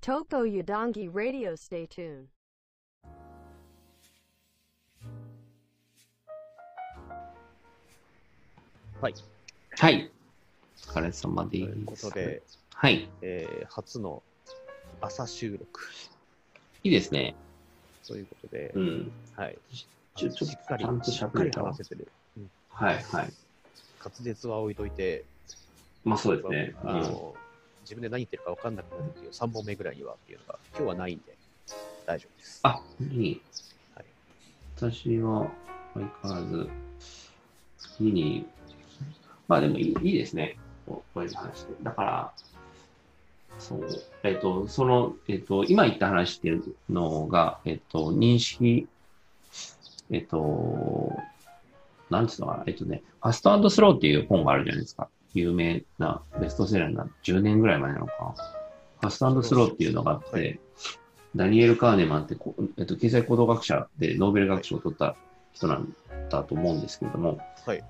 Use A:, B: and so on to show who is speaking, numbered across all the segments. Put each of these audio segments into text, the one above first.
A: Toko Yudongi Radio Stay tuned.
B: はい。
C: はい。お疲れ様
B: と
C: で
B: いうこ
C: す。
B: とで、
C: はい。
B: えー初の朝収録
C: いいですね。
B: ということで
C: う、ん。
B: はい。
C: ちょ、ちょ
B: しっかり
C: ちゃん、と
B: しっ
C: 喋
B: か
C: れ
B: り
C: たわ
B: 話せてる。
C: はい、はい。
B: 滑舌は置いといて、
C: まあそうですね。う
B: あ
C: ん。
B: の自分で何言ってるか分かんなくなるっていう3本目ぐらいにはっていうのが、今日はないんで、大丈夫です。
C: あ、に
B: はい。
C: 私は相変わらず、ミにまあでもいいいいですね。ここういう話で。だから、そう。えっ、と、その、えっ、と、今言った話っていうのが、えっ、と、認識、えっ、と、なんつうのかな、えっ、とね、ファストスローっていう本があるじゃないですか。有名なベストセラーな10年ぐらい前なのかな。ファストスローっていうのがあって、
B: はい
C: ダニエル・カーネマンってこ、えっと、経済行動学者でノーベル学賞を取った人なんだと思うんですけれども、
B: はい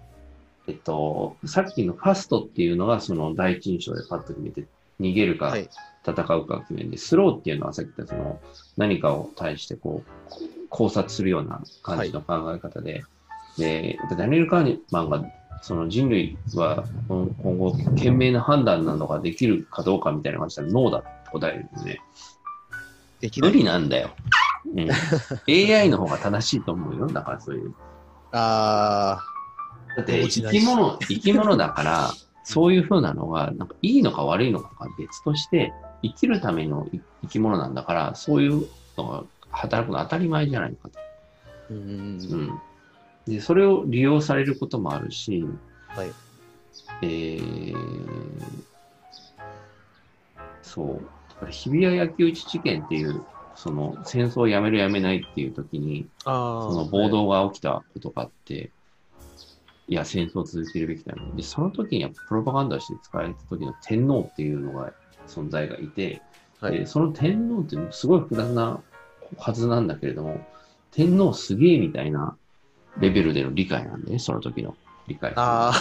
C: えっと、さっきのファストっていうのがその第一印象でパッと決めて、逃げるか
B: はい。
C: 戦うか決めて、スローっていうのはさっき言ったその何かを対してこう考察するような感じの考え方で、で、やっぱダニエル・カーネマンがその人類はうん今後、賢明な判断なのができるかどうかみたいな感じで、ノーだって答えるんですね。
B: できな
C: 無
B: い。
C: 理なんだよ。うん、AI の方が正しいと思うよ。だからそういう。
B: あ
C: だって
B: 落ち
C: 生
B: ない
C: き物、生き物 だから、そういう風なのが、なんかいいのか悪いのかが別として、生きるための生生き物なんだから、そういうのが働くのは当たり前じゃないかと。
B: ーう。
C: うんん。で、それを利用されることもあるし、
B: はい。
C: えー、そう。だから日比谷野球事件っていう、その戦争をやめるやめないっていう時に、
B: あ
C: その暴動が起きたことがあって、いや、戦争を続けるべきだよね。で、その時にやっぱプロパガンダとして使われた時の天皇っていうのが、存在がいて、
B: はい。
C: でその天皇ってすごい複雑なはずなんだけれども、天皇すげえみたいなレベルでの理解なんでね、その時の理解。
B: あ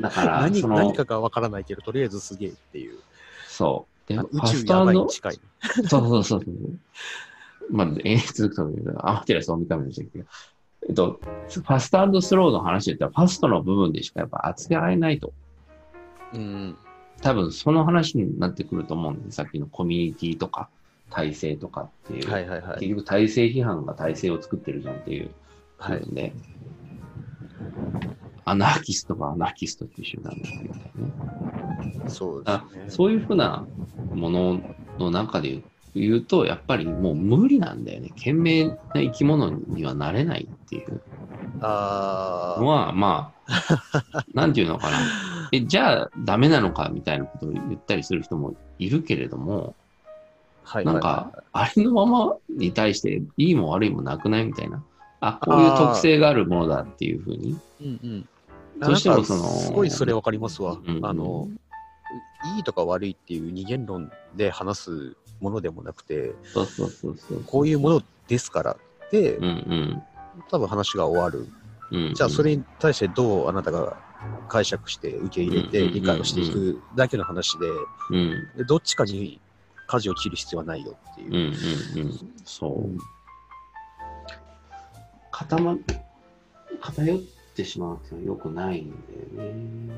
C: だか
B: あ、
C: ら、
B: 何
C: その
B: 何かが分からないけど、とりあえずすげえっていう。
C: そう。で、
B: あ
C: フ
B: 宇
C: ァス
B: 宙
C: ト
B: や
C: ア
B: ば
C: ン
B: いに
C: ド、
B: 近い。
C: そうそうそうそう。まあ、演出というか、アマテラスオミカミでしたけど、えっと、ファストスローの話で言ったら、ファストの部分でしかやっぱ扱えないと。
B: うん。
C: 多分その話になってくると思うんです。さっきのコミュニティとか、体制とかっていう。
B: はいはいはい。
C: 結局体制批判が体制を作ってるじゃんっていう部
B: はい。
C: 分で、アナーキストがアナーキストっていう集団だっていうね。
B: そうで
C: あ
B: すね。
C: そういうふうなものの中で言う言うと、やっぱりもう無理なんだよね。懸命な生き物にはなれないっていう
B: あ
C: のは、ま あ、なんていうのかな。え、じゃあダメなのかみたいなことを言ったりする人もいるけれども、
B: あ、はい。
C: なん
B: はい
C: か、ありのままに対して、いいも悪いもなくないみたいな。あ、こういう特性があるものだっていうふうに。
B: うんうん。
C: どうしても
B: なんか
C: その
B: すごいそれわかりますわ。
C: うん
B: あの、いいとか悪いっていう二元論で話すものでもなくて、
C: そうそうそうそう。
B: こういうものですからで
C: うんうん。
B: 多分話が終わる。
C: うんうん、
B: じゃあ、それに対してどうあなたが解釈して受け入れ
C: うん
B: て
C: うんうんう
B: 理
C: ん
B: 解をしていくだけの話で、
C: うん、うん
B: でどっちかに舵を切る必要はないよっていうう。
C: んうん。そう。
B: うん
C: 固ま、偏ってしまうっていうのは良くないんだよね。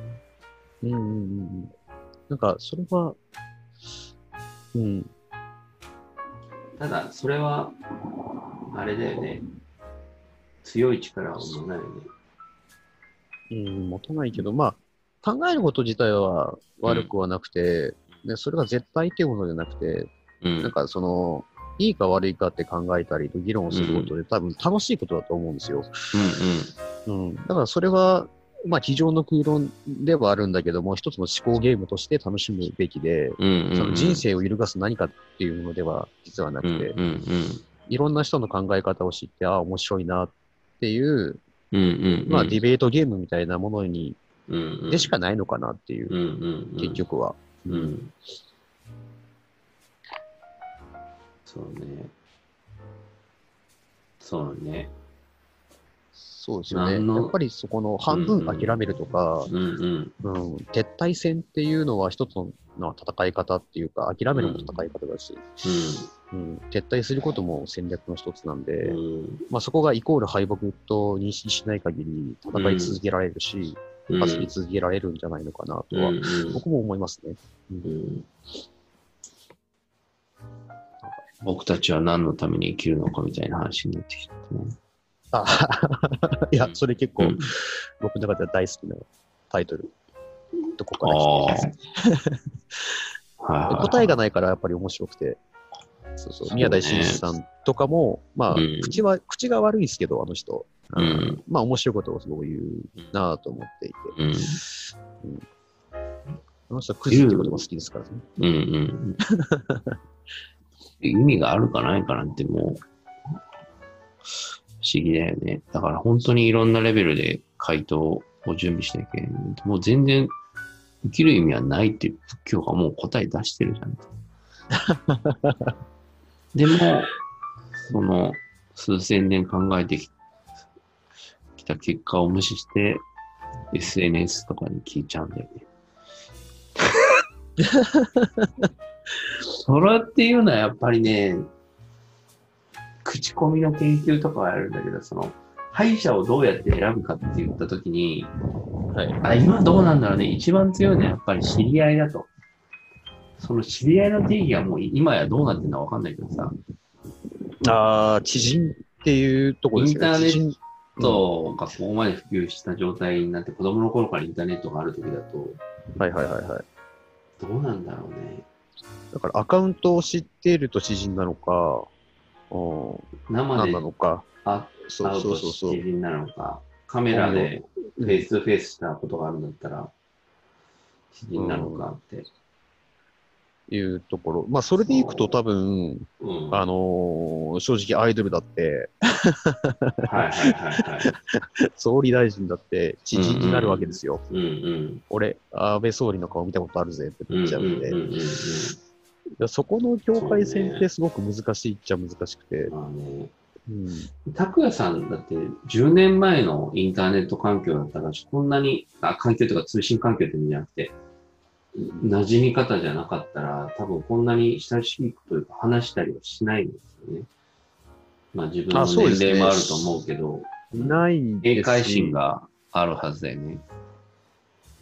B: うんうんうんうん。なんか、それは、うん。
C: ただ、それは、あれだよね。強い力を持たないよね。
B: うん、持たないけど、まあ、考えること自体は悪くはなくて、でそれが絶対っていうものじゃなくて、
C: う
B: なん
C: ん。
B: かその、いいか悪いかって考えたりと議論をすることで、多分楽しいことだと思うんですよ。うん。だからそれは、まあ、机上の空論ではあるんだけども、一つの思考ゲームとして楽しむべきで、
C: うんうん。うんうんうん。
B: その人生を揺るがす何かっていうものでは実はな
C: うん
B: くて、
C: うんうん。
B: いろんな人の考え方を知って、ああ、面白いなっていう、
C: うんうんうん。
B: まあ、ディベートゲームみたいなものに、
C: うんうん。
B: でしかないのかなっていう
C: う、んうんうん。
B: 結局は。
C: うん。そうね。そうね。
B: そうですよね。
C: なんの
B: やっぱりそこの半分諦めるとか、
C: うんうん。
B: うん撤退戦っていうのは一つの戦い方っていうか、諦めるも戦い方だし、うん撤退することも戦略の一つなんで、
C: うん。うん。
B: まあ、そこがイコール敗北と認識しない限り戦い続けられるし、
C: うん
B: 走り続けられるんじゃないのかなと
C: う
B: は、
C: んうん
B: 僕も思いますね。
C: うん僕たちは何のために生きるのかみたいな話になってきたね。
B: あいや、それ結構、
C: うん
B: 僕の中では大好きなタイトル。どこから来てる
C: あー。はいはい
B: 答えがないからやっぱり面白くて。そうそう
C: そうね
B: 宮台真司さんとかも、まあ、
C: うん
B: 口は、口が悪いですけど、あの人。
C: うん
B: まあ、面白いことをすごい言うなぁと思っていて。
C: うん
B: あの人はクズってことも好きですからね。
C: うんうん。意味があるかないかなんてもう、不思議だよね。だから本当にいろんなレベルで回答を準備しなきゃいけない。もう全然生きる意味はないっていう仏教がもう答え出してるじゃん。でも、その数千年考えてききた結果を無視して、SNS とかに聞いちゃうんだよね。それっていうのはやっぱりね、口コミの研究とかはあるんだけど、その、敗者をどうやって選ぶかって言ったときに、
B: はい。
C: あ、今どうなんだろうね。一番強いのはやっぱり知り合いだと。その知り合いの定義はもう今やどうなってんのかわかんないけどさ、
B: ああ、知人っていうところですよね。
C: インターネット
B: 知人
C: と、がここまで普及した状態になって、子供の頃からインターネットがあるときだと、
B: はいはいはいはい。
C: どうなんだろうね。
B: だからアカウントを知っていると知人なのか、う
C: 生
B: 何
C: で
B: なのか。
C: 会
B: そう
C: 会う
B: そ
C: と
B: うそうそ
C: 知
B: う。
C: 人なのか、カメラでフェイストゥフェイスしたことがあるんだったら、知人なのかって。
B: いうところ。まあ、それでいくと多分、
C: うん。
B: あのー正直アイドルだって、
C: はいはいはいはい。
B: 総理大臣だって知人になるわけですよ。
C: うんうん。
B: 俺、安倍総理の顔見たことあるぜって
C: う
B: なっ
C: んうん
B: ちゃ
C: う
B: うん
C: ん
B: で、
C: うんうん。
B: そこの境界線ってすごく難しいっちゃ難しくて、
C: まあね、
B: うん、
C: 拓也さんだって10年前のインターネット環境だったら、こんなに、あ、環境とか通信環境って意味じゃなくて、馴染み方じゃなかったら、多分こんなに親しいというか話したりはしないんですよね。まあ自分の
B: あそうです
C: 年
B: ね
C: 齢もあると思うけど、
B: ないんです
C: 警戒心があるはずだよね。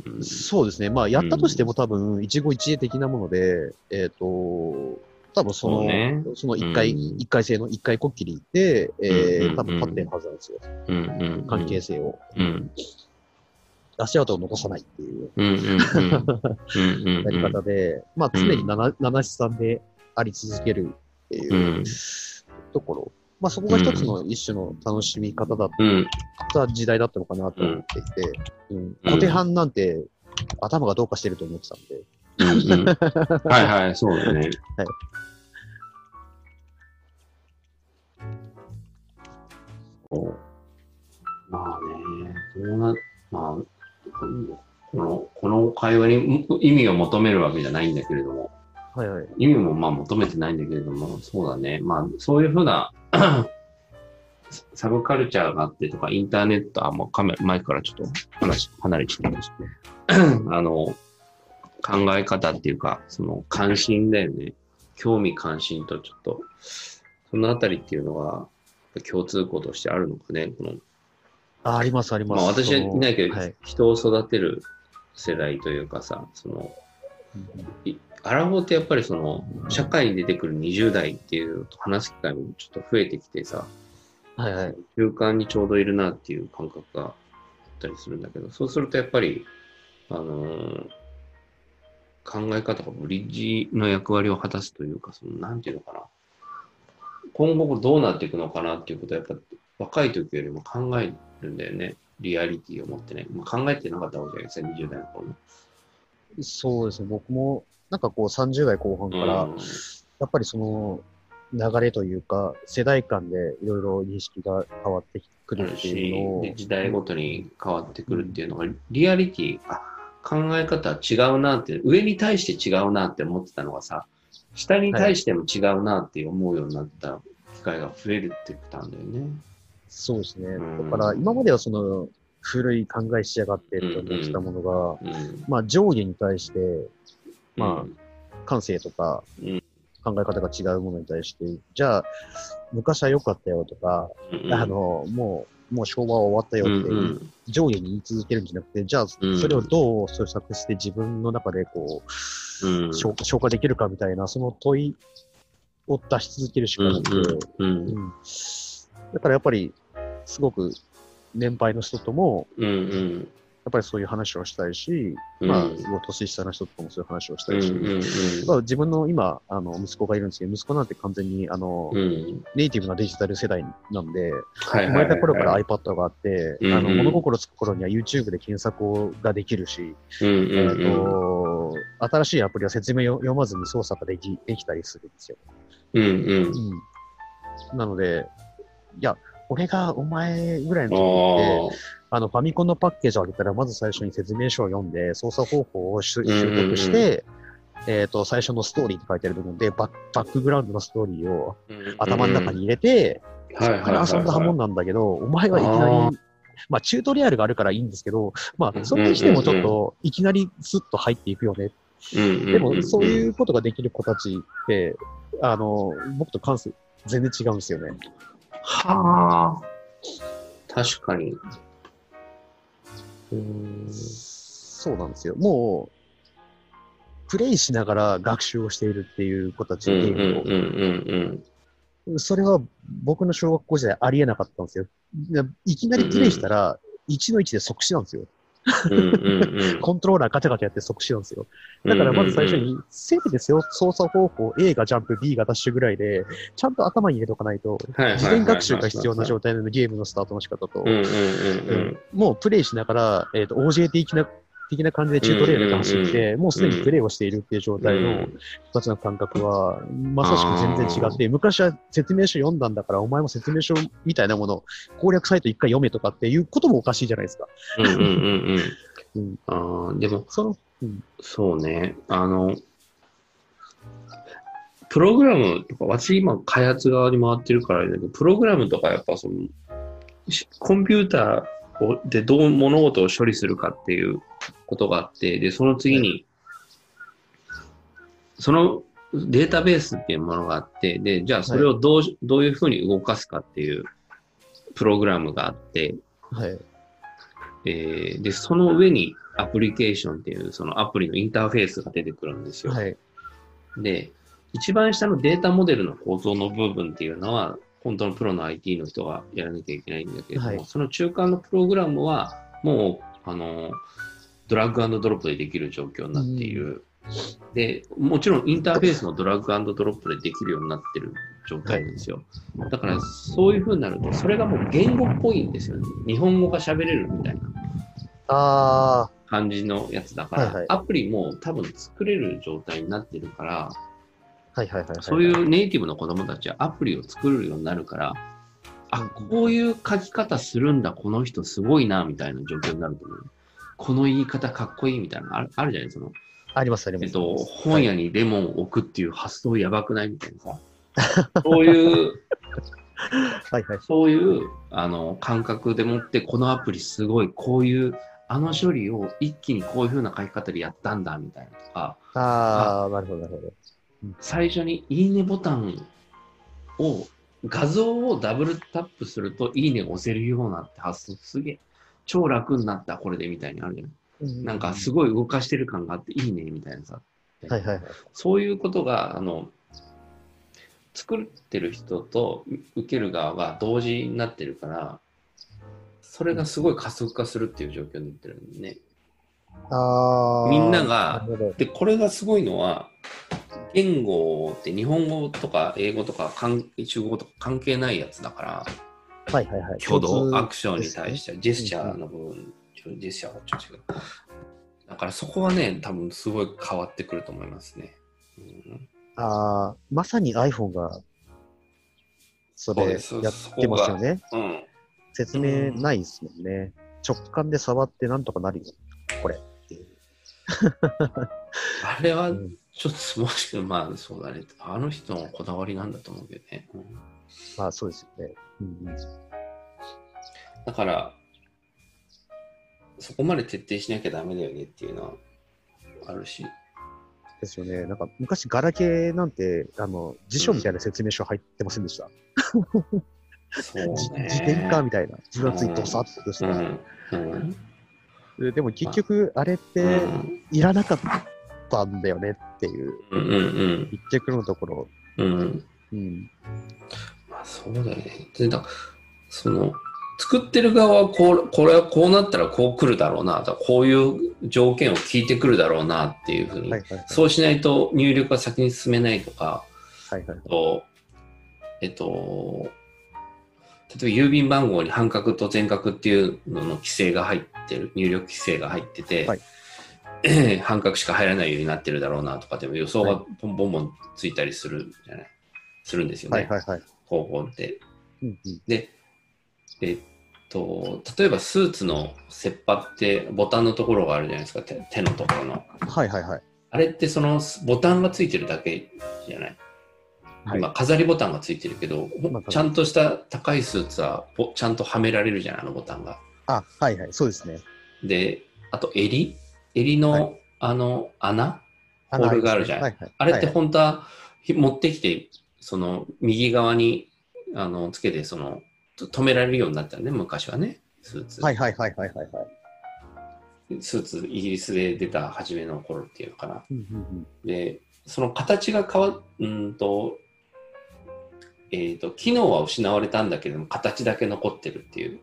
C: うん
B: そうですね、まあ、やったとしても多分、一期一会的なもので、えっ、と、多分そ
C: そ
B: の、
C: うね
B: その一回、
C: うん
B: 一回制の一回こっきりで、えー
C: うんうんうん
B: 多分立ってるはずなんですよ。
C: うんうんうん
B: 関係性を。
C: うん
B: 足跡を残さないっていう
C: うんうんうんうん
B: やり 方で、まあ、常に七七七三であり続けるっていううんところ。まあ、そこが一つの一種の楽しみ方だっ
C: うん
B: た時代だったのかなと思っていて、うん。小手半なんて、頭がどうかしてると思ってたんで、
C: うんうんはいはい、そうだね。
B: はい
C: そうまあね、どうな、まあ、この、この会話に意味を求めるわけじゃないんだけれども、
B: はいはい。
C: 意味もまあ求めてないんだけれども、そうだね。まあ、そういうふうな、サブカルチャーがあってとか、インターネット、あ、もうカメラ、前からちょっと話、離れちゃったんですけど、あの、考え方っていうか、その関心だよね。興味関心とちょっと、そのあたりっていうのが、共通項としてあるのかね。この
B: ああります、ありま。
C: ますあ私はいないけど、
B: はい
C: 人を育てる世代というかさ、その、いアラフォーってやっぱりその社会に出てくる20代っていうのと話す機会もちょっと増えてきてさ、
B: はいはい。
C: 中間にちょうどいるなっていう感覚があったりするんだけど、そうするとやっぱり、あのー考え方がブリッジの役割を果たすというか、その、なんていうのかな。今後どうなっていくのかなっていうことは、やっぱ若い時よりも考えるんだよね。リアリティを持ってね。まあ、考えてなかったわけじゃないですか、20代の頃ね。
B: そうですね、僕も、なんかこう30代後半から、
C: うん
B: やっぱりその流れというか、世代間でいろいろ認識が変わってく
C: あ
B: る
C: る
B: っていうのを、
C: しで時代ごとに変わってくるっていうのが、リアリティ、あ、考え方は違うなって、上に対して違うなって思ってたのがさ、下に対しても違うなって思うようになった機会が増えるって言ったんだよね。
B: そうですね。
C: うん
B: だから、今まではその、古い考えしやがってって思ってたものが、
C: うん
B: まあ、上下に対して、ま
C: うん
B: あ、感性とか
C: うん、
B: 考え方が違うものに対して、じゃあ、昔は良かったよとか、
C: うん
B: あの、もう、もう昭和は終わったよって、
C: うんうん
B: 上下に言い続けるんじゃなくて、じゃあ、そ
C: うん
B: れをどう咀嚼して自分の中でこう、
C: うん
B: 消化消化できるかみたいな、その問いを出し続けるしかなくて、
C: うん
B: うんだからやっぱり、すごく年配の人とも、
C: うんうん
B: やっぱりそういう話をしたいし、
C: うん
B: まあ、すごい年下の人ともそういう話をした
C: うん
B: いし、
C: うんうん
B: まあ、自分の今、あの息子がいるんですけど、息子なんて完全にあの、
C: うん
B: ネイティブなデジタル世代なんで、
C: は
B: 生
C: い
B: ま
C: は
B: れ
C: いは
B: た
C: い
B: 頃から
C: はい
B: iPad があって、
C: うんうん
B: あの物心つく頃には YouTube で検索をができるし、
C: うんう
B: え
C: ん
B: ーと、新しいアプリは説明を読まずに操作ができできたりするんですよ。
C: うんうん
B: うん、なので、いや、俺がお前ぐらいの
C: あ
B: 時って、
C: ー
B: あの、ファミコンのパッケージを開けたら、まず最初に説明書を読んで、操作方法を習
C: んうんうん
B: 習得して、えっと、最初のストーリーって書いてある部分で、バッバックグラウンドのストーリーを頭の中に入れて、
C: はいはいはい
B: あれ
C: はい
B: 遊んだもんなんだけど、お前はいきな
C: あ
B: り、まあ、チュートリアルがあるからいいんですけど、ま
C: うん
B: あ、それにしてもちょっと、いきなりスッと入っていくよね。で
C: で
B: も、そう
C: う
B: い
C: ん
B: うことができる子たちって、あの、僕と感性全然違うんですよね。
C: はあ確かに
B: そうなんですよ。もう、プレイしながら学習をしているっていう子たち
C: うん
B: の
C: うん
B: ゲ
C: うん
B: ー
C: うん
B: ムを。それは僕の小学校時代ありえなかったんですよ。いきなりプレイしたら、1の1で即死なんですよ。
C: うんうんうんうん
B: コントローラーガチャガチャやって即死なんですよ。だからまず最初に、せめてですよ、操作方法、A がジャンプ、B がダッシュぐらいで、ちゃんと頭に入れとかないと、事前学習が必要な
C: 状
B: 状態のゲームのスタートの仕方と、
C: うんうんうん
B: もうプレイしながら、えー、と OJ 的な的な感じでチュートリアルが走ってきて、もうすでにプレイをしているっていう状
C: うん
B: 態の人たちの感覚は、まさしく全然違って、昔は説明書読んだんだから、お前も説明書みたいなもの、攻略サイト一回読めとかっていうこともおかしいじゃないですか。
C: うんうんうんう
B: うんん
C: あーでも
B: その
C: そうねあのプログラムとか私今開発側に回ってるからあれだけどプログラムとかやっぱそのしコンピューターをでどう物事を処理するかっていうことがあってでその次に、そのデータベースっていうものがあってでじゃあそれをどう,、どういうふうに動かすかっていうプログラムがあって
B: はい、
C: えーで、その上にアプリケーションっていう、そのアプリのインターフェースが出てくるんですよ。
B: はい、
C: で、一番下のデータモデルの構造の部分っていうのは、本当のプロの IT の人がやらなきゃいけないんだけれども、
B: はい
C: その中間のプログラムは、もう、あの、ドラッグアンドドロップでできる状況になっている。で、もちろんインターフェースもドラッグアンドドロップでできるようになってる状態なんですよ。だから、そういう風になると、それがもう言語っぽいんですよね。日本語が喋れるみたいな。
B: あ
C: 感じのやつだから、
B: はいはい
C: アプリも多分作れる状態になってるから、
B: ー、はいはいはい、はい。
C: そういうネイティブの子供たちはアプリを作れるようになるから、あ、こういう書き方するんだ、この人すごいな、みたいな状況になると思う。この言い方かっこいいみたいなのあるあるじゃないその、
B: あります、ありま
C: えっ
B: す。
C: と、本屋にレモンを置くっていう発想やばくないみたいな さ。そういう、
B: はいはい。
C: そういうあの感覚でもって、このアプリすごい、こういう、あの処理を一気にこういう風な書き方でやったんだ、みたいなとか、
B: ああ、なるほど、なるほど。
C: 最初にいいねボタンを、画像をダブルタップするといいねを押せるようなって発想すげえ。超楽になった、これでみたいにあるじゃない。なんかす
B: ご
C: ごい動かしてる感があっていいねみたいなさ。
B: はいはいはい。
C: そういうことが、あの、作ってる人と受ける側が同時になってるから、それがすごい加速化するっていう状況になってるんでね。
B: あー
C: みんなが
B: なるほど
C: で、これがすごいのは、言語って日本語とか英語とか関中国語とか関係ないやつだから、
B: はいはいはい。
C: 挙動、ア
B: 共
C: ク
B: 通
C: ションに対して、ジェスチャーの部分、ちょジェスチャーはちょっと違う。だからそこはね、多分すごい変わってくると思いますね。うん
B: ああ、まさに iPhone が、そ
C: そ
B: れ
C: うです
B: やってますよね。
C: うん
B: 説明ないですもんね。直感で触ってなんとかなるよ。
C: あれは
B: うん
C: ちょっともしくはまあそうだねあの人のこだわりなんだと思うけどね、
B: まあそうですよね。うんうん
C: だから、そこまで徹底しなきゃダメだよねっていうのはあるし。
B: ですよね。なんか昔、ガラケーなんて、あの、辞書みたいな説明書入ってませんでした。
C: そう
B: じ
C: ね。
B: 辞典かみたいな。字がついてドサッとした。
C: うん。うん。
B: ででも結局、あれって、いらなかったんだよねっていう、
C: うんうん
B: 一着のところ。
C: うん。うん。
B: うん。
C: まあそうだよね。でだその作ってる側はこうこれはこうなったらこう来るだろうなとかこういう条件を聞いてくるだろうなっていうふうに、
B: はいはいはい。
C: そうしないと入力が先に進めないとか、
B: はいはい
C: あとえっと、例えば郵便番号に半角と全角っていうのの規制が入ってる、入力規制が入ってて、
B: はい
C: 半角しか入らないようになってるだろうなとか、でも予想がボンボンボンついたりするじゃない、するんですよね。
B: はいはいはい。
C: 方法って。
B: うんうん
C: で、えっと、例えばスーツの切羽ってボタンのところがあるじゃないですか、手手のところの。
B: はいはいはい。
C: あれってそのボタンがついてるだけじゃない、
B: はい
C: 今飾りボタンがついてるけど、ほん
B: まあ
C: ちゃんとした高いスーツはぼちゃんとはめられるじゃないあのボタンが。
B: あ、はいはい。そうですね。
C: で、あと襟襟の、
B: は
C: あの穴ホールがあるじゃん
B: はいはい、
C: あれって
B: はいはい
C: 本当はひ持ってきて、その右側にあのつけてそのと止められるようになったんで、昔はね、スーツ。
B: はいはいはいはいはいはい。
C: スーツ、イギリスで出た初めの頃っていうのかな。
B: うんうん
C: で、その形が変わっうんと、えーと、機能は失われたんだけども、形だけ残ってるっていう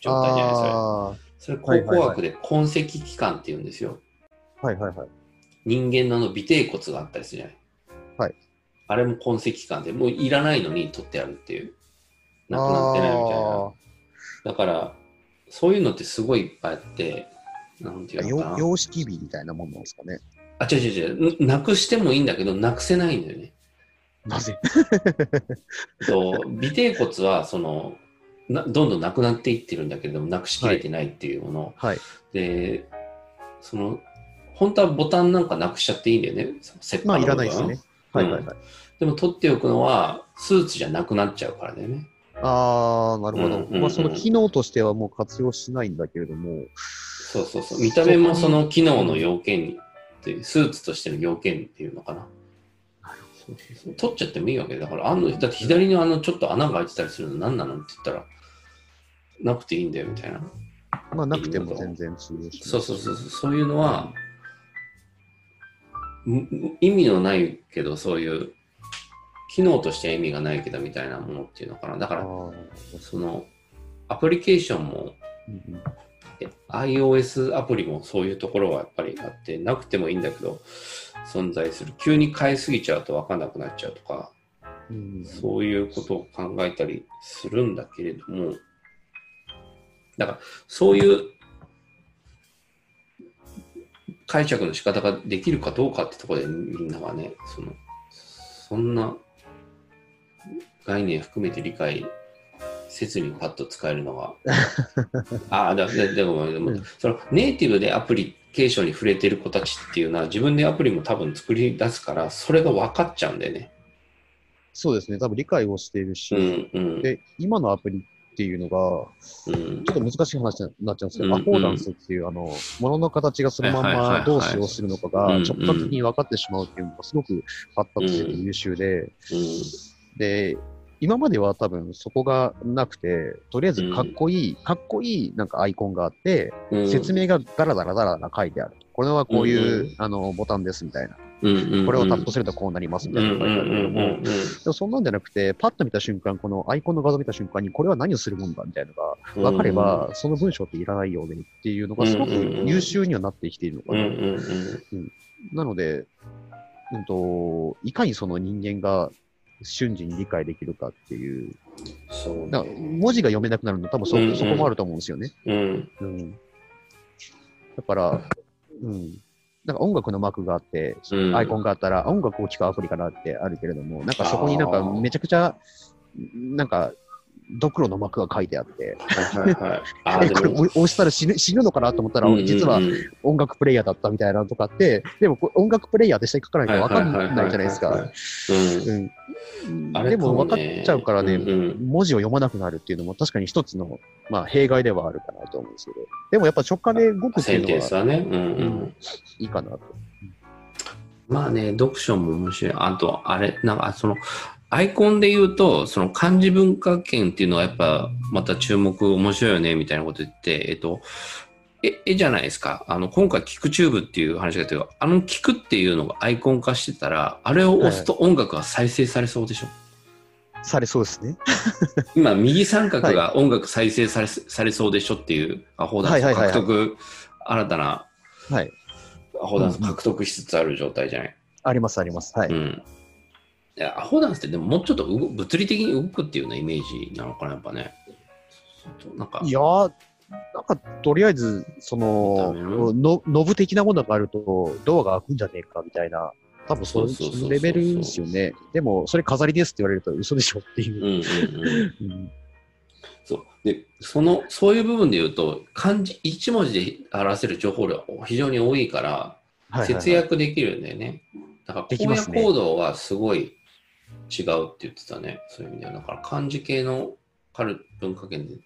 C: 状態じゃないですか。
B: あ
C: それ、考
B: はいはいはい
C: 古学で痕跡器官っていうんですよ。
B: ーはいはいはい。
C: 人間のあの尾てい骨があったりするじゃない。
B: はい。
C: あれも痕跡期間で、もういらないのに取ってあるっていう。なくなってないみたい
B: あ
C: な。だから、そういうのってすごいいっぱいあって、なんてい
B: ー
C: うのかな
B: よ。様式美みたいなもんなんですかね。
C: あ、違う違う違う。んなくしてもいいんだけど、なくせないんだよね。
B: な ぜ
C: と、尾てい骨は、その、などんどんなくなっていってるんだけれども、なくしきれてないっていうもの。
B: はい。
C: で、その、本当はボタンなんかなくしちゃっていいんだよね。切
B: まあ、
C: 羽
B: い
C: の
B: ら
C: 部分
B: ないですね。はいはいはい。
C: でも取っておくのは、スーツじゃなくなっちゃうからだよね。
B: ああ、なるほど。
C: うんうんうん
B: まあ、その機能としてはもう活用しないんだけれども、
C: そうそうそう。見た目もその機能の要件に、っていうスーツとしての要件っていうのかな。そうそうそう取っちゃってもいいわけだから、あの、だって左のあのちょっと穴が開いてたりするの何なのって言ったら、なくていいんだよみたいな。
B: まあ、なくても全然通用しない。
C: そうそうそうそう、そういうのは、ん意味のないけど、そういう、機能としては意味がないけどみたいなものっていうのかな。だ
B: あ
C: か
B: ー
C: ら、その、アプリケーションも
B: うんうん
C: え iOS アプリもそういうところはやっぱりあって、なくてもいいんだけど、存在する。急に変えすぎちゃうと分かんなくなっちゃうとか、
B: うんうん
C: そういうことを考えたりするんだけれども、だから、そういう解釈の仕方ができるかどうかってところで、みんながね、その、そんな概念含めて理解せずにパッと使えるの が、ああ、だででも、でも
B: うん
C: そのネイティブでアプリケーションに触れてる子たちっていうのは、自分でアプリも多分作り出すから、それが分かっちゃうんだよね。
B: そうですね。多分理解をしているし、
C: うんうん。
B: で、今のアプリっていうのが、
C: うん
B: ちょっと難しい話になっちゃうんですけど、
C: うんうん
B: アフォーダンスっていう、あの、ものの形がそのまん
C: はいはいはい
B: ま
C: はい
B: どう使用するのかが
C: うんうん
B: 直感的に分かってしまうっていうのがすごく発達してて優秀で、
C: う
B: で、今までは多分そこがなくて、とりあえずかっこいい、かっこいいなんかアイコンがあって、
C: ん
B: 説明がダラダラダラダラ書いてある。これはこういう、
C: うん
B: あのボタンですみたいな。
C: うん
B: これをタップするとこうなりますみ
C: う
B: た
C: ん
B: いうなんのが書いてあるけども、
C: うん
B: でもそんなんじゃなくて、パッと見た瞬間、このアイコンの画像見た瞬間に、これは何をするもんだみたいなのが
C: うん
B: 分かれば、その文章っていらないよねっていうのがすごく優秀にはなってきているのか
C: うん
B: な。
C: うん
B: なので、うんと、いかにその人間が瞬時に理解できるかっていう、
C: そう
B: だ
C: ね
B: から文字が読めなくなるの多分そ,、
C: うんうん
B: そこもあると思うんですよね。
C: うん
B: うん、だから、うん。なんか音楽の幕があって、
C: うん
B: アイコンがあったら、音楽を聴くアプリかなってあるけれども、なんかそこになんかめちゃくちゃ、なんか、ドクロの幕が書いてあって、
C: はいはいはいあ
B: え
C: ー
B: これ
C: でも
B: 押押したら死ぬ死ぬのかなと思ったら、
C: うんうん
B: 実は
C: うん
B: 音楽プレイヤーだったみたいなのとかって、でもこれ音楽プレイヤーでして書かないと分かんないじゃないです
C: はは
B: か。
C: はは
B: うん
C: あれ
B: でも
C: か
B: 分か
C: ね
B: っちゃうからね、
C: うんうん
B: 文字を読まなくなるっていうのも確かに一つの、まあ、弊害ではあるかなと思うんですけど、でもやっぱ直感で動くって
C: セン
B: い
C: テ
B: う
C: ン
B: の
C: ス
B: は
C: はね。うんうん
B: いいかなと。
C: まあね、読書も面白い。あと、あれ、なんか、その、アイコンで言うと、その漢字文化圏っていうのはやっぱ、また注目面白いよね、みたいなこと言って、えっと、え、えじゃないですか。あの、今回、キックチューブっていう話があったけど、あのキクっていうのがアイコン化してたら、あれを押すと音楽が再生されそうでしょ。
B: されそうですね。
C: 今、右三角が音楽再生され,、されそうでしょっていう、アホダンス
B: はいはい
C: を
B: はいは
C: 獲
B: い
C: 得、新たな
B: はい。
C: アホダンスを獲得しつつある状態じゃない。
B: ありますあります。はい。
C: うん。いやアホダンスってでももうちょっと動物理的に動くっていうようなイメージなのかな、やっぱね。なんか、
B: いやー、なんかとりあえず、その
C: 見た目の、
B: のノブ的なものがあると、ドアが開くんじゃねえかみたいな、多分そう
C: そうそうそうそう
B: そのレベルですよね。でも、それ飾りですって言われると嘘でしょって
C: う
B: い
C: ん
B: う。
C: うんうん。
B: うん
C: そう。で、その、そういう部分で言うと、漢字一文字で表せる情報量が非常に多いから、
B: はいはいはい
C: 節約できるんだよね。だから、
B: でき
C: 荒
B: ま
C: 野
B: すね
C: 行動はすごい違うって言ってたね。そういう意味では。だから、漢字系のカル文化圏で、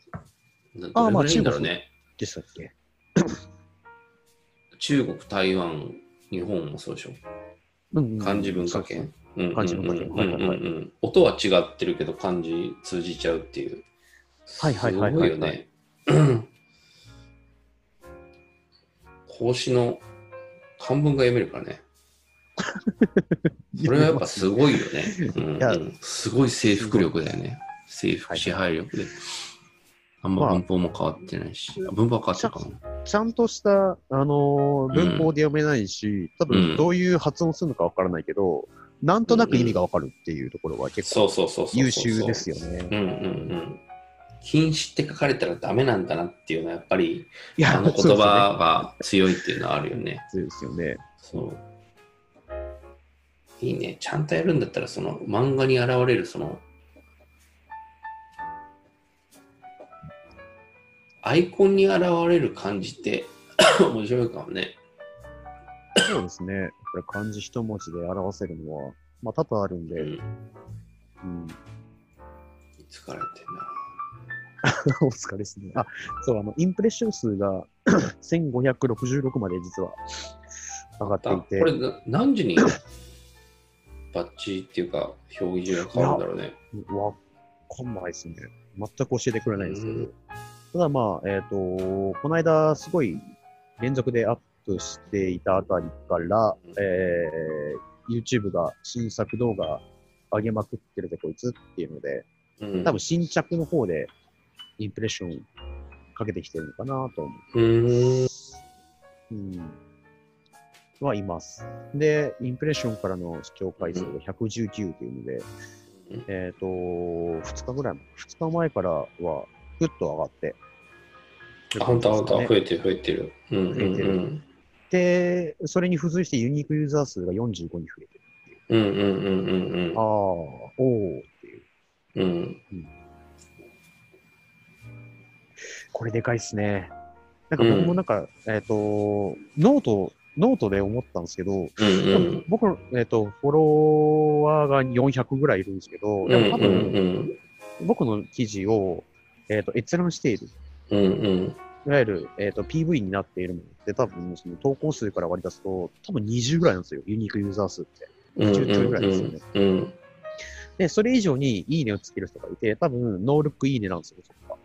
C: な
B: あ
C: ど
B: ー
C: れ
B: まあ
C: ぐらいいいんだろうね。
B: でしたっけ
C: 中国、台湾、日本もそうでしょ。
B: うんうん
C: 漢字文化圏。うん
B: 漢字文化圏
C: うんうんうん
B: はいはい
C: うん音は違ってるけど漢字通じちゃうっていう。
B: はいはいはいはいはい
C: すごいよ ね。孔子の漢文が読めるからね。これはやっぱすごいよね。うん
B: いや
C: うんすごい征服力だよね。征服支配力で。あんま文法も変わってないし。あ文法は変わってるかも。
B: ちゃんとした、あのー文法で読めないし、多
C: うん
B: 分どういう発音するのかわからないけど、なんとなく意味がわかるっていうところは結構
C: そうそうそうそうそう。
B: 優秀ですよね。
C: うんうんうん。禁止って書かれたらダメなんだなっていうのはやっぱり
B: いや
C: あの言葉が強いっていうのはあるよね。
B: そうですよね。
C: そう。いいね。ちゃんとやるんだったら、その漫画に現れるその、アイコンに現れる感じって 面白いかもね。
B: そうですね。これ漢字一文字で表せるのは、まあ多々あるん
C: う
B: で、
C: ん。
B: うん、
C: 疲れてんな。
B: お疲れですね。あ、そう、あの、インプレッション数が 1566まで実は上がって
C: あ
B: い
C: こ
B: て、
C: れな何時に バッチっていうか、表示が変わるんだろうね。
B: わかんないですね。全く教えてくれないんですけ
C: う
B: ど
C: ん。
B: ただまあ、えっ、と、この間、すごい連続でアップしていたあたりから
C: うん、
B: えー、YouTube が新作動画上げまくってるでこいつっていうので、
C: うん
B: 多分新着の方でインプレッションかけてきてるのかなと思
C: うーん。
B: う。うん。はいます。で、インプレッションからの視聴回数が119というので、
C: うん
B: えっ、と、2日ぐらい、2日前からはぐっと上がって。
C: あ、本当本当
B: ね
C: 増えてる増えてる。うんうん
B: 増えてる
C: うん。
B: で、それに付随してユニークユーザー数が45に増えてる。
C: うんうんうんうんうん。
B: ああ、おおっていう。
C: うん。
B: これでかいっすね。なんか僕もなんか、えっ、と、ノート、ノートで思ったんですけど、
C: うんうん。
B: 僕の、えっとフォロワーが400ぐらいいるんですけど、
C: うん
B: で
C: うん
B: も多
C: う
B: 分
C: ん
B: 僕の記事を、えっと閲覧している、
C: うんうん
B: いわゆる、えっと PV になっているので、多分その投稿数から割り出すと、多分20ぐらいなんですよ、ユニークユーザー数って。
C: うん
B: ちょいちょいぐらいですよね
C: うん
B: で、それ以上にいいねをつける人がいて、多分ノールックいいねなんですよ、そこ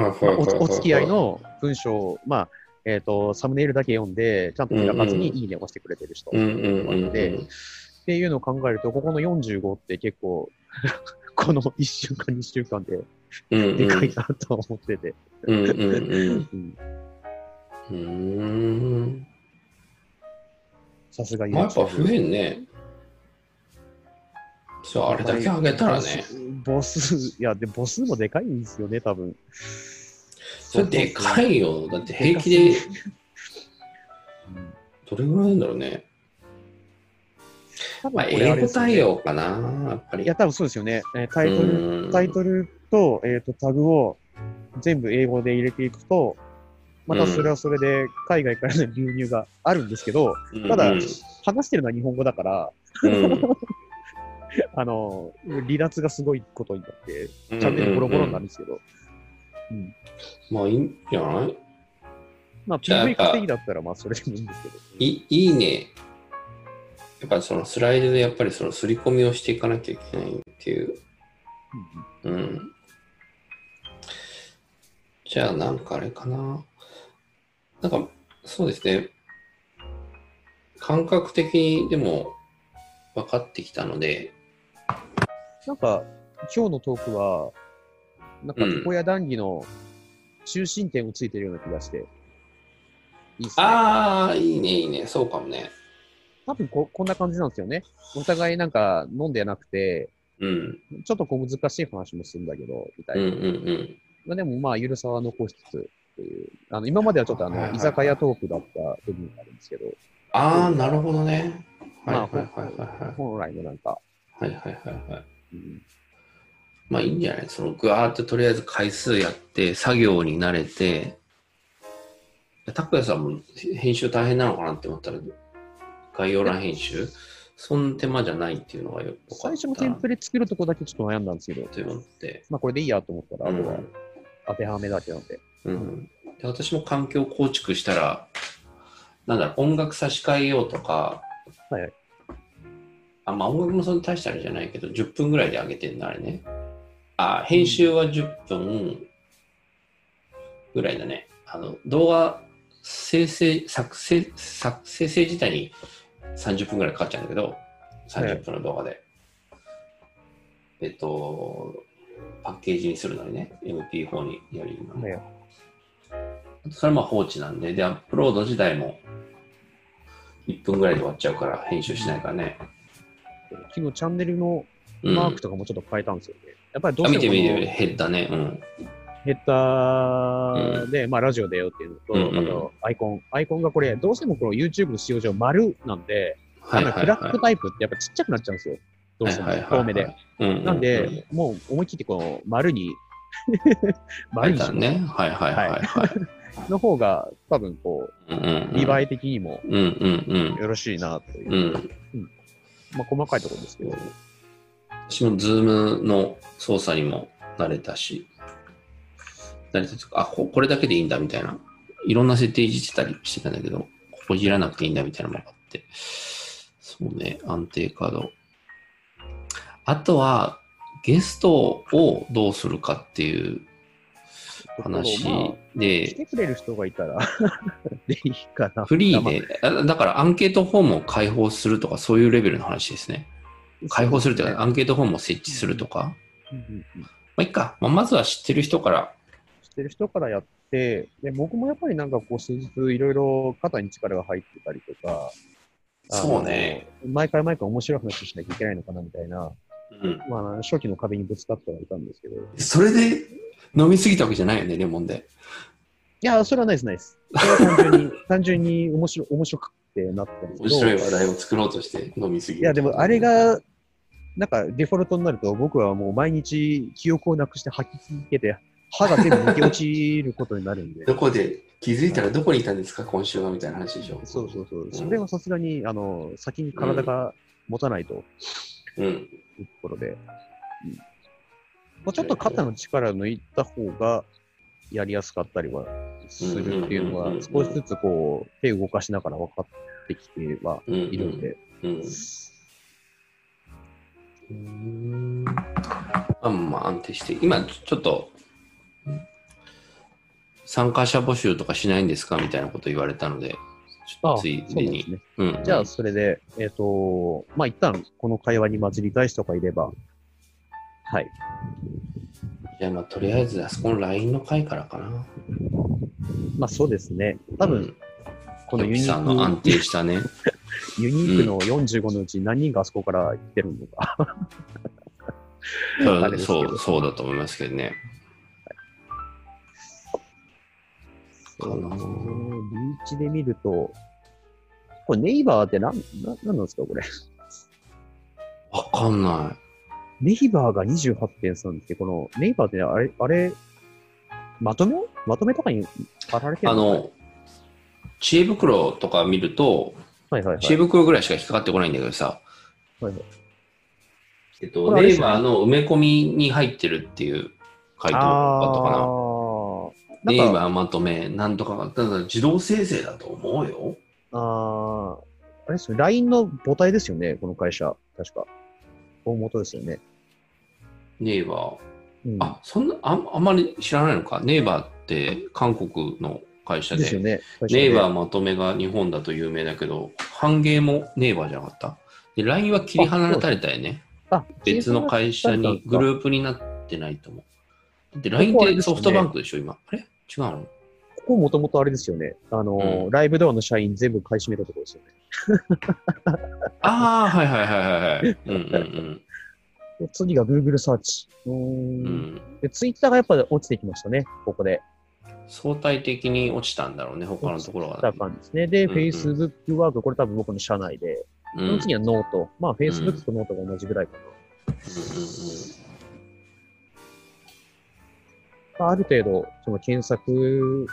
B: が
C: はいはいはいはいはい
B: おお付き合いの文章を、まあえっとサムネイルだけ読んで、ちゃんと開かずにいいねを押してくれてる人。
C: うんうんうんうん
B: でっていうのを考えると、ここの45って結構、 この1週間、2週間で、
C: うんうん
B: でかいなとは思ってて。
C: うんうんうん
B: うん
C: うーん
B: さすが
C: まあやっぱ増えんねそうあれだけ上げたらね。
B: 母数、いや、で、母数もでかいんですよね、多分。
C: それでかいよだって平気
B: で
C: で
B: かすうん。
C: どれぐらいなんだろうね
B: 多分
C: まあ
B: これ
C: 英
B: れで
C: 語
B: すよね
C: 対応かなやっぱり
B: いや、多分そうですよね。えータイトル、
C: ル
B: タイトルと、えっ、と、タグを全部英語で入れていくと、またそれはそれで海外からの流入があるんですけど、ただ話してるのは日本語だから、
C: うん
B: あの、離脱がすごいことになって、
C: チ
B: チャンネルボロボロになるんですけど、
C: まあ、いいんじゃない
B: まあ、
C: じゃあ
B: PV 稼ぎだったら、まあ、それでもいいんですけど。
C: いいいね。やっぱそのスライドでやっぱりその刷り込みをしていかなきゃいけないっていう。うん。じゃあなんかあれかな。なんかそうですね。感覚的にでも分かってきたので、
B: なんか、今日のトークは、なんか、床屋談義の中心点をついてるような気がして、いいっすね。
C: ああ、いいね、いいね、そうかもね。
B: 多分こ、こんな感じなんですよね。お互いなんか、飲んでなくて、
C: うん、
B: ちょっとこう難しい話もするんだけど、みた
C: う
B: い
C: ん、
B: な。
C: うん、うん。
B: まあ、でも、まあ、ゆるさは残しつつ、っていう。あの、今まではちょっとあ
C: はいは
B: の、
C: いはい
B: 居酒屋トークだった部分があるんですけど、
C: ああ、なるほどね。はい
B: ま
C: は
B: あ
C: いはいはい
B: 本来のなんか、
C: はい。はいはいはいはい。
B: うん、
C: まあいいんじゃないそのぐわーってとりあえず回数やって作業に慣れて拓哉さんも編集大変なのかなって思ったら概要欄編集そんな手間じゃないっていうのがよよか
B: 最
C: っ
B: 初の
C: た
B: テン
C: な
B: プレ作るとこだけちょっと悩んだんですけど、
C: と思って、
B: まあ、これでいいやと思ったら、あ
C: う
B: とは
C: ん
B: 当てはめだけなんで。
C: うん、で私も環境構築したらなんだろう音楽差し替えようとか、
B: はいはい
C: あまあ音楽もそんな大したあれじゃないけど10分ぐらいで上げてんだあれねあ編集は10分ぐらいだねあの動画生成作成作生成自体に30分ぐらいかかっちゃうんだけど30分の動画で、えっとパッケージにするのにね MP4 により今も、
B: ね
C: それはまあ放置なんで、で、アップロード自体も1分ぐらいで終わっちゃうから、編集しないからね。
B: 昨日チャンネルの
C: うん。
B: マークとかもちょっと変えたんですよね。やっぱりどう
C: あ
B: しても
C: 見て
B: こ
C: 見て
B: の
C: 見て、減ったね。うん。
B: ヘッダーで、まあラジオだよっていうのと、
C: うんうん
B: あとアイコン。アイコンがこれ、どうしてもこの YouTube の使用上丸なんで、
C: は
B: あのフラッグタイプってやっぱちっちゃくなっちゃうんですよ。どうしても遠目で。。
C: うんうんうん
B: なんで、、もう思い切ってこの丸に、
C: 書
B: 丸
C: い
B: にしたま
C: ね。はいは いはいはい。
B: すの方が多分こ
C: うんうん
B: う、
C: うん
B: 見栄え的にも
C: うんうん
B: よろしいなという
C: うん。う、ん。
B: まあ細かいところですけど。
C: 私も Zoom の操作にも慣れたし、慣れたというか、あこ、これだけでいいんだみたいな。いろんな設定いじってたりしてたんだけど、ここいじらなくていいんだみたいなのもあって。そうね、安定カード。あとは、ゲストをどうするかっていう話
B: ところまあ来
C: で、
B: てくれる人がいたら でいいかな。
C: フリー
B: いや。
C: で、あだからアンケートフォームを開放するとか、そういうレベルの話ですね。
B: まあ
C: 開放するというか、アンケートフォームを設置するとか。
B: うんうんうん
C: まあ、いっか。まあ、まずは知ってる人から。
B: 知ってる人からやって、で僕もやっぱりなんかこう数日いろいろ肩に力が入ってたりとか、あの
C: そうね。
B: 毎回毎回面白い話しなきゃいけないのかなみたいな、
C: うん。
B: まあ、初期の壁にぶつかってはいたんですけど、い
C: それで飲みすぎたわけじゃないよね、レモンで。
B: や、それはないです、ないです。それは単 純に、単純に面白面白くてなったんですけど、
C: 面白い話題を作ろうとして飲みすぎる
B: いや、でもあれ、が、なんかデフォルトになると、僕はもう毎日記憶をなくして吐き続けて、歯が全部抜け落ちることになるんで
C: ど。こで、気づいたらどこにいたんですか、今週はみたいな話でしょ。
B: そうそうそう。それはさすがに、あの、先に体が持たないと
C: うん。
B: いうところで、うんまあ、ちょっと肩の力抜いた方がやりやすかったりはするっていうの
C: うんうん
B: は、
C: うんう
B: 少
C: ん
B: しずつこう、手動かしながら分かってきては
C: うん。
B: いるんで、
C: うん。うん。あんまあ安定して、今ちょっと、参加者募集とかしないんですかみたいなこと言われたので、ちょっ
B: あ
C: と
B: あ
C: つい
B: そう
C: で
B: なんです
C: に。
B: ね。
C: うん
B: じゃあ、それで、えっ、と、まあ、一旦、この会話に混じりたい人がいれば、はい。
C: じゃあ、まあ、とりあえず、あそこの LINE の回からかな。
B: まあ、そうですね。多
C: う
B: 分、
C: ん、
B: このユ
C: ゆき
B: ニ
C: さんの
B: ー
C: 安定した ね。
B: ク、ユニークの45のうち何人があそこから来てるのか。
C: そ
B: あ
C: う
B: れですけ
C: そ
B: ど
C: う、そうだと思いますけどね。
B: そうですね
C: かな
B: リーチで見ると、これ、ネイバーってなん、な、なんなんですか、これ。
C: わかんな
B: ネイバーが28.3って、この、ネイバーってあれ、あれ、まとめまとめとかに貼られて
C: い。
B: る
C: あ
B: の
C: の、知恵袋とか見ると、
B: はいはいはい。
C: 知恵袋ぐらいしか引っかかってこないんだけどさ、
B: はいはい
C: えっと、
B: これあれで
C: レー
B: すね
C: バーの埋め込みに入ってるっていう回答だったかな。
B: あー
C: レ
B: な
C: ー
B: んか、
C: バーまとめ、なんとかが、ただ自動生成だと思うよ。
B: あーあれですね、LINE の母体ですよね、この会社。確か。大元ですよね。
C: ネイバー。
B: うん、
C: あ、そんな、あんあんまり知らないのか。ネイバーって韓国の会社
B: ですよ
C: で、
B: ね。
C: ネイバー
B: ー。
C: まとめが日本だと有名だけど、半芸もネイバーじゃなかった。で、LINE は切り離されたよね。
B: あ、
C: 別の会社に、グ
B: ープ。
C: ループになってないと思う。で、LINE っ
B: ここあれ
C: て
B: ですね
C: ソフトバンクでしょ、今。あれ違うの
B: ここもともとあれですよね。あのー、
C: うん
B: ライブドアの社員全部買い占めたところですよね。
C: ああ、はいはいはいはいはい。うんうん
B: で次が Google サーチ。うー。
C: うん。うんん
B: で、Twitter がやっぱ落ちてきましたね、ここで。
C: 相対的に落ちたんだろうね、他のところ
B: だ
C: が
B: っ。たんですね。で、
C: うんうん
B: Facebook ワーク、これ多分僕の社内で。
C: うん
B: そ
C: うんうん
B: の次はノート。まあ、Facebook とノートが同じぐらいかな。まあある程度、その検索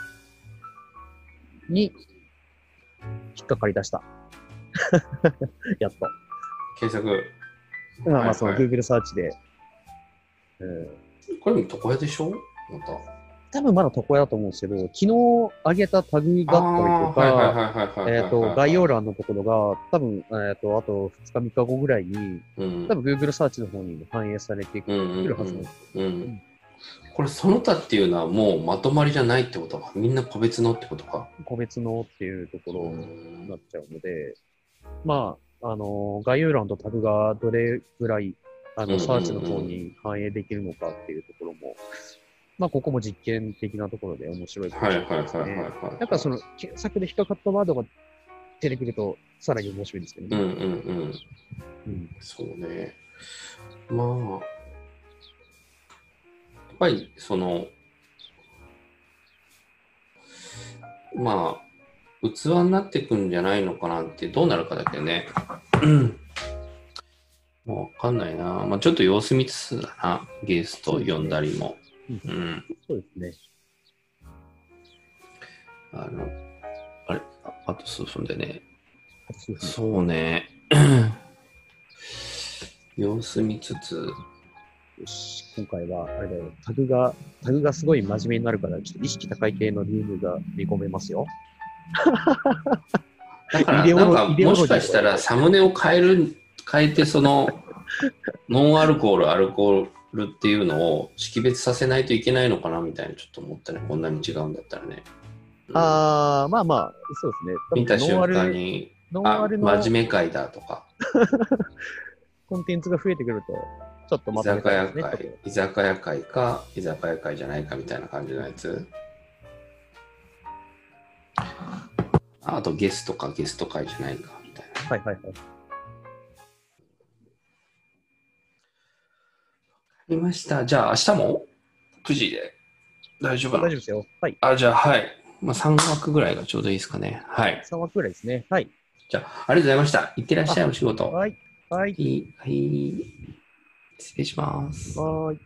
B: に引っかかり出した。 やっと。
C: 検索。
B: まあ
C: は
B: ま
C: い
B: あ、その
C: はい
B: Google サーチで。うん
C: これも床屋でしょまた。
B: 多分まだ床屋だと思うんですけど、昨日上げたタグだったりと
C: あーはい
B: か、
C: はいはいはいはいはい
B: えっと、概要欄のところが、多分、えっと、あと2日3日後ぐらいに、
C: うん
B: 多分 Google サーチの方にも反映されてく
C: うんうん
B: るはずなんです。
C: うんうんこれその他っていうのはもうまとまりじゃないってことかみんな個別のってことか
B: 個別のっていうところ
C: う
B: に
C: ん
B: なっちゃうので、まあ、あの、概要欄とタグがどれぐらい、あ
C: うんうんう
B: の、
C: ん
B: サーチの方に反映できるのかっていうところも、まあ、ここも実験的なところで面白いかも
C: は
B: し
C: い
B: れ
C: はいはい
B: ないです
C: はい
B: ね。
C: はい
B: なんかその、検索で引っかかったワードが出てくると、さらに面白いんですけど
C: うんう
B: ね。
C: んうん
B: うん
C: そうねまあやっぱりそのまあ器になってくんじゃないのかなってどうなるかだけどねうんもうわかんないな、まあ、ちょっと様子見つつだなゲスト呼んだりも
B: そうです
C: うん
B: そうですね。
C: あの、あれ、ああと数分でね。
B: そうですね
C: そうね。 様子見つつ、
B: よし今回は、あれだよ、タグが、タグがすごい真面目になるから、ちょっと意識高い系の理由が見込めます よ。
C: だから、
B: イデオ
C: な
B: ロ
C: んか、
B: イデオ
C: も
B: ロギー
C: しかしたらサムネを変える、変えて、その、ノンアルコール、アルコールっていうのを識別させないといけないのかなみたいな、ちょっと思ったね。こんなに違うんだったらね。うん
B: あー、まあまあ、そう
C: 見
B: で
C: た
B: すね。
C: 瞬
B: 多分ノンア
C: 間
B: ル、
C: に、
B: ノン
C: あ、
B: アルの
C: 真面目会だとか、
B: コンテンツが増えてくると、ちょっと
C: 居
B: まと
C: 酒
B: めたい
C: 屋
B: ですね。
C: 会、居酒屋会か、居酒屋会じゃないかみたいな感じのやつ。ああとゲストかゲスト会じゃないかみたいな。
B: はいはいはい。
C: ありました。じゃあ明日も9時で大丈夫
B: 大
C: な
B: 丈夫
C: の
B: ですよ。はい。
C: あ、じゃあはい。まあ、3枠ぐらいがちょうどいいですかね。はい。
B: 3枠ぐらいですね。はい。
C: じゃあありがとうございました。いってらっしゃいお仕事。は
B: はい。はい。
C: い。はい。失礼します。
B: はい。